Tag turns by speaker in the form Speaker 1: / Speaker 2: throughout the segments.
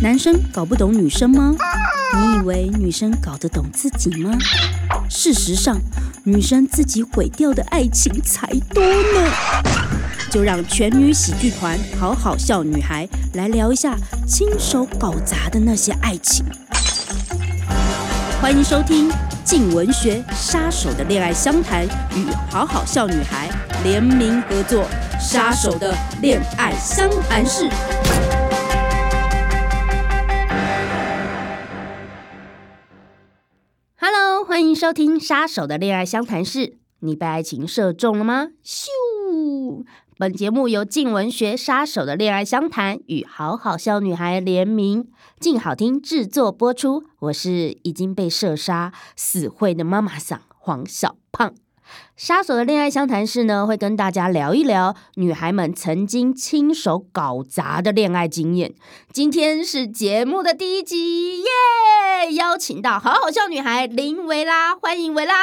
Speaker 1: 男生搞不懂女生吗？你以为女生搞得懂自己吗？事实上，女生自己毁掉的爱情才多呢。就让全女喜剧团好好笑女孩来聊一下亲手搞砸的那些爱情。欢迎收听《静文学杀手的恋爱相谈》与好好笑女孩联名合作《杀手的恋爱相谈室》。Hello，欢迎收听《杀手的恋爱相谈室》。你被爱情射中了吗？咻！本节目由静文学杀手的恋爱相谈与好好笑女孩联名，静好听制作播出。我是已经被射杀死会的妈妈桑黄小胖。杀手的恋爱相谈室呢，会跟大家聊一聊女孩们曾经亲手搞砸的恋爱经验。今天是节目的第一集，耶！邀请到好好笑女孩林维拉，欢迎维拉。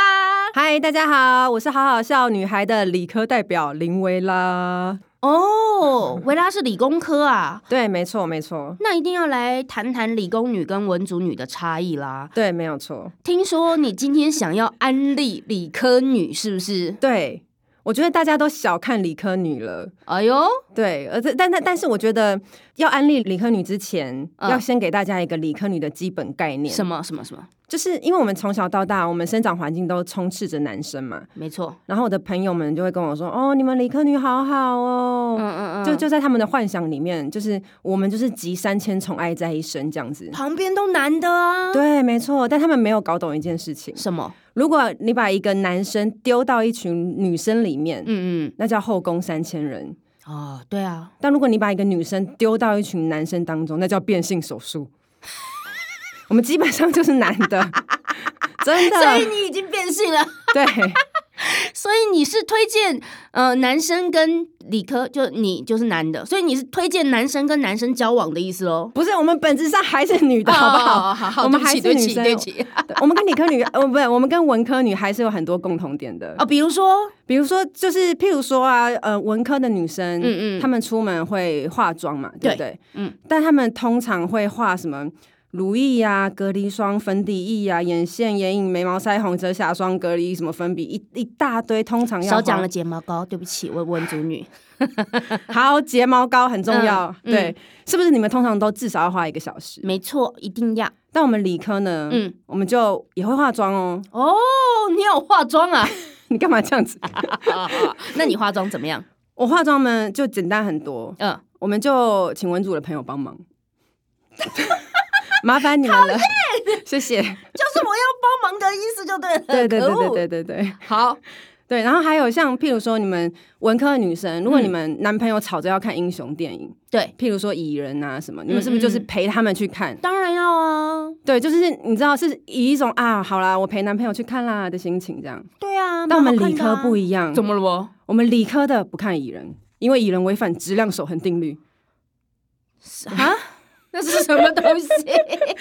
Speaker 2: 嗨，大家好，我是好好笑女孩的理科代表林薇拉。
Speaker 1: 哦，维拉是理工科啊，
Speaker 2: 对，没错，没错，
Speaker 1: 那一定要来谈谈理工女跟文组女的差异啦。
Speaker 2: 对，没有错。
Speaker 1: 听说你今天想要安利理科女，是不是？
Speaker 2: 对，我觉得大家都小看理科女了。
Speaker 1: 哎呦，
Speaker 2: 对，而且但但但是，我觉得要安利理科女之前，
Speaker 1: 嗯
Speaker 2: 要先给大家一个理科女的基本概念。
Speaker 1: 什
Speaker 2: 么？
Speaker 1: 么什么什么？
Speaker 2: 就是因为我们从小到大，我们生长环境都充斥着男生嘛。
Speaker 1: 没错，
Speaker 2: 然后我的朋友们就会跟我说：“哦，你们理科女好好哦。
Speaker 1: 嗯嗯嗯，
Speaker 2: 就就在他们的幻想里面，就是我们就是集三千宠爱在一身这样子。
Speaker 1: 旁边都男的啊。
Speaker 2: 对，没错，但他们没有搞懂一件事情：
Speaker 1: 什么？
Speaker 2: 如果你把一个男生丢到一群女生里面，
Speaker 1: 嗯嗯，
Speaker 2: 那叫后宫三千人；
Speaker 1: 哦，对啊，
Speaker 2: 但如果你把一个女生丢到一群男生当中，那叫变性手术。 我们基本上就是男的，
Speaker 1: 所
Speaker 2: 真
Speaker 1: 以
Speaker 2: 的，
Speaker 1: 你已经变性了，
Speaker 2: 对
Speaker 1: 所以你是推荐呃男生跟理科，就你就是男的，所以你是推荐男生跟男生交往的意思喽？
Speaker 2: 不是我们本质上还是女的，好不好？
Speaker 1: 哦？好好，
Speaker 2: 我们还是
Speaker 1: 对不起
Speaker 2: 女生
Speaker 1: 对不起对不起
Speaker 2: 我们跟理科女，呃，不是，我们跟文科女还是有很多共同点的。
Speaker 1: 哦，比如说，
Speaker 2: 比如说，就是譬如说啊，呃，文科的女生，
Speaker 1: 嗯嗯
Speaker 2: 嗯嗯，她们出门会化妆嘛，对不对？
Speaker 1: 嗯
Speaker 2: 嗯，但她们通常会画什么乳液呀、隔离霜、粉底液呀、眼线、眼影、眉毛、腮红、遮瑕霜、隔离什么粉笔，一一大堆，通常要
Speaker 1: 少
Speaker 2: 画
Speaker 1: 讲了。睫毛膏，对不起，我文族女。
Speaker 2: 好，睫毛膏很重要，
Speaker 1: 嗯
Speaker 2: 对，是不是？你们通常都至少要花一个小时，
Speaker 1: 没错，一定要。
Speaker 2: 但我们理科呢，
Speaker 1: 嗯
Speaker 2: 嗯，我们就也会化妆哦。
Speaker 1: 哦，你有化妆啊？
Speaker 2: 你干嘛这样子？
Speaker 1: 那你化妆怎么样？
Speaker 2: 我化妆呢就简单很多，
Speaker 1: 嗯，
Speaker 2: 我们就请文组的朋友帮忙， 麻烦你们了，谢谢。
Speaker 1: 就是我要帮忙的意思就对了。
Speaker 2: 对对对
Speaker 1: 可
Speaker 2: 对
Speaker 1: 恶
Speaker 2: 对对对
Speaker 1: 好，
Speaker 2: 对。然后还有像譬如说你们文科的女生，如果
Speaker 1: 嗯
Speaker 2: 你们男朋友吵着要看英雄电影，
Speaker 1: 对，
Speaker 2: 譬如说蚁人啊什么，你们是不是就
Speaker 1: 嗯
Speaker 2: 是
Speaker 1: 嗯
Speaker 2: 陪他们去看？
Speaker 1: 当然要啊。
Speaker 2: 对，就是你知道是以一种啊好啦，我陪男朋友去看啦的心情这样。
Speaker 1: 对啊，
Speaker 2: 但我们
Speaker 1: 蛮好
Speaker 2: 理
Speaker 1: 看的啊
Speaker 2: 科不一样，嗯
Speaker 1: 么了我？
Speaker 2: 我们理科的不看蚁人，因为蚁人违反质量守恒定律。
Speaker 1: 啊？ 那是什么东西？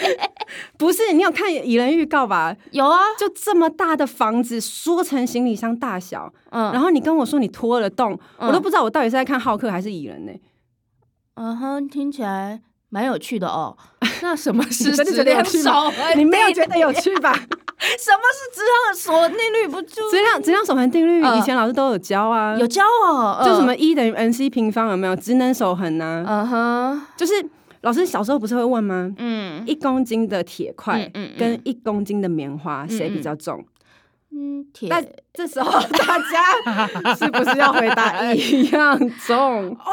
Speaker 2: 不是，你有看蚁人预告吧？
Speaker 1: 有啊，
Speaker 2: 就这么大的房子，缩成行李箱大小，
Speaker 1: 嗯，
Speaker 2: 然后你跟我说你拖了洞，
Speaker 1: 嗯
Speaker 2: 我都不知道我到底是在看浩克还是蚁人呢、
Speaker 1: 嗯哼，听起来蛮有趣的哦。 那什么是
Speaker 2: 你真的
Speaker 1: 质
Speaker 2: 觉得有
Speaker 1: 量啊
Speaker 2: 趣吗
Speaker 1: 守恒？
Speaker 2: 你没有觉得有趣吧？
Speaker 1: 哎什么是质量锁定律？不就
Speaker 2: 质量质量守恒定律，
Speaker 1: 嗯
Speaker 2: 以前老师都有教啊，
Speaker 1: 有教哦？
Speaker 2: 就
Speaker 1: 嗯
Speaker 2: 什么？一等于 n c 平方有没有？职能守恒呢、
Speaker 1: 嗯哼，
Speaker 2: 就是老师小时候不是会问吗？
Speaker 1: 嗯
Speaker 2: 一公斤的铁块
Speaker 1: 嗯嗯嗯
Speaker 2: 跟一公斤的棉花谁比较重？
Speaker 1: 嗯，铁
Speaker 2: 但这时候大家是不是要回 答一样重？
Speaker 1: 哦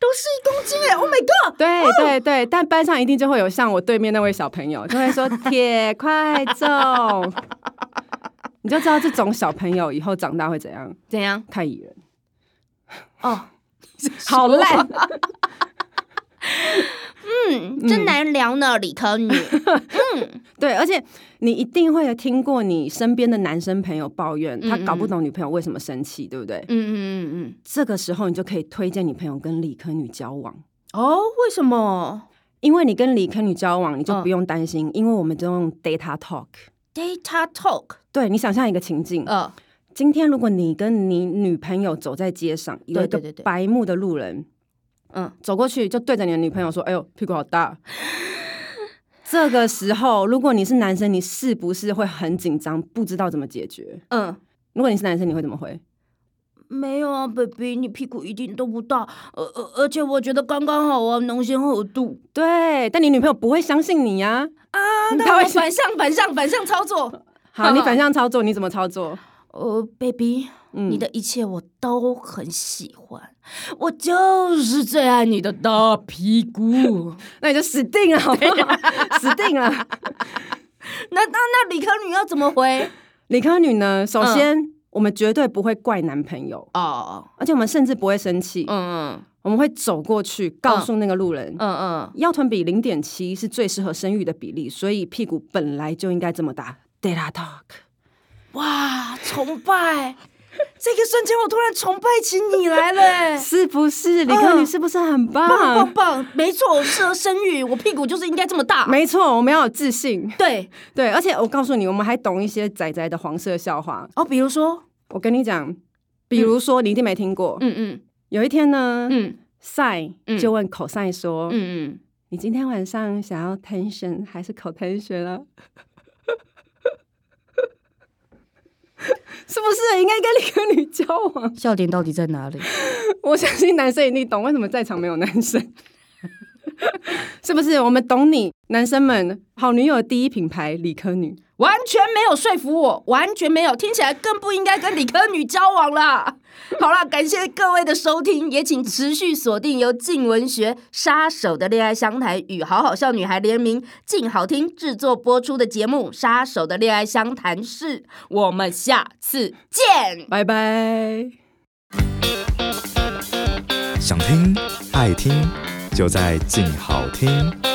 Speaker 1: 都是一公斤哎！Oh my god！
Speaker 2: 对对对，但班上一定就会有像我对面那位小朋友，就 会说铁快走，你就知道这种小朋友以后长大会怎样，
Speaker 1: 怎样？
Speaker 2: 看蚁人，
Speaker 1: 哦，
Speaker 2: 好烂，
Speaker 1: 嗯，真难聊呢，理科 女。嗯
Speaker 2: 对，而且你一定会有听过你身边的男生朋友抱怨，他搞不懂女朋友为什么生气，对不对
Speaker 1: 嗯？嗯嗯嗯。
Speaker 2: 这个时候你就可以推荐你朋友跟理科女交往。
Speaker 1: 哦，为什么
Speaker 2: 因为你跟理科女交往，你就
Speaker 1: 嗯
Speaker 2: 不用担心，因为我们都用 data talk。
Speaker 1: ？Data talk，
Speaker 2: 对你想象一个情境，
Speaker 1: 呃，
Speaker 2: 今天如果你跟你女朋友走在街上，有
Speaker 1: 对
Speaker 2: 一个
Speaker 1: 对对对
Speaker 2: 白目的路人，
Speaker 1: 嗯，
Speaker 2: 走过去就对着你的女朋友说：“哎呦，屁股好大。” 这个时候，如果你是男生，你是不是会很紧张，不知道怎么解决？
Speaker 1: 嗯，
Speaker 2: 如果你是男生，你会怎么回？
Speaker 1: 没有啊，baby，你屁股一定都不大，而而而且我觉得刚刚好啊，浓鲜厚度
Speaker 2: 对，但你女朋友不会相信你呀、
Speaker 1: 啊，
Speaker 2: 他
Speaker 1: 那
Speaker 2: 会
Speaker 1: 我
Speaker 2: 想
Speaker 1: 反向反向反向操 作。
Speaker 2: 好，你反向操作，你怎么操作？
Speaker 1: 哦，baby，
Speaker 2: 嗯
Speaker 1: 你的一切我都很喜欢，我就是最爱你的大屁股。
Speaker 2: 那你就死定了，好不好？死定了。
Speaker 1: 那那那理科女要怎么回？
Speaker 2: 理科女呢，首先、
Speaker 1: 嗯
Speaker 2: 我们绝对不会怪男朋友，
Speaker 1: 哦，
Speaker 2: 而且我们甚至不会生气，
Speaker 1: 嗯
Speaker 2: 我们会走过去告诉那个路人。
Speaker 1: 嗯嗯
Speaker 2: 腰臀比零点七是最适合生育的比例，所以屁股本来就应该这么大。Data talk，
Speaker 1: 嗯，哇，崇拜！这个瞬间我突然崇拜起你来了、 哎
Speaker 2: 是不是？理科女是不是很棒？
Speaker 1: 棒棒棒，没错，我适合生育，我屁股就是应该这么大。
Speaker 2: 没错，我们要有自信。
Speaker 1: 对，
Speaker 2: 对，而且我告诉你，我们还懂一些仔仔的黄色笑话。
Speaker 1: 哦，比如说，
Speaker 2: 我跟你讲，比如说你一定没听过，
Speaker 1: 嗯嗯
Speaker 2: 有一天呢，
Speaker 1: 嗯
Speaker 2: 赛、
Speaker 1: 嗯
Speaker 2: 就问口赛说：“
Speaker 1: 嗯嗯，
Speaker 2: 你今天晚上想要 tension 还是口 tension 啊？” 是不是应该跟理科女交往？
Speaker 1: 笑点到底在哪里？
Speaker 2: 我相信男生一定懂为什么在场没有男生， 是不是？我们懂你，男生们，好女友的第一品牌理科女。
Speaker 1: 完全没有说服我，完全没有，听起来更不应该跟理科女交往啦。 好啦，感谢各位的收听，也请持续锁定由静文学杀手的恋爱商台与好好笑女孩联名静好听制作播出的节目《杀手的恋爱商谈室》，我们下次见。
Speaker 2: 拜拜。
Speaker 3: 想听爱听，就在静好听。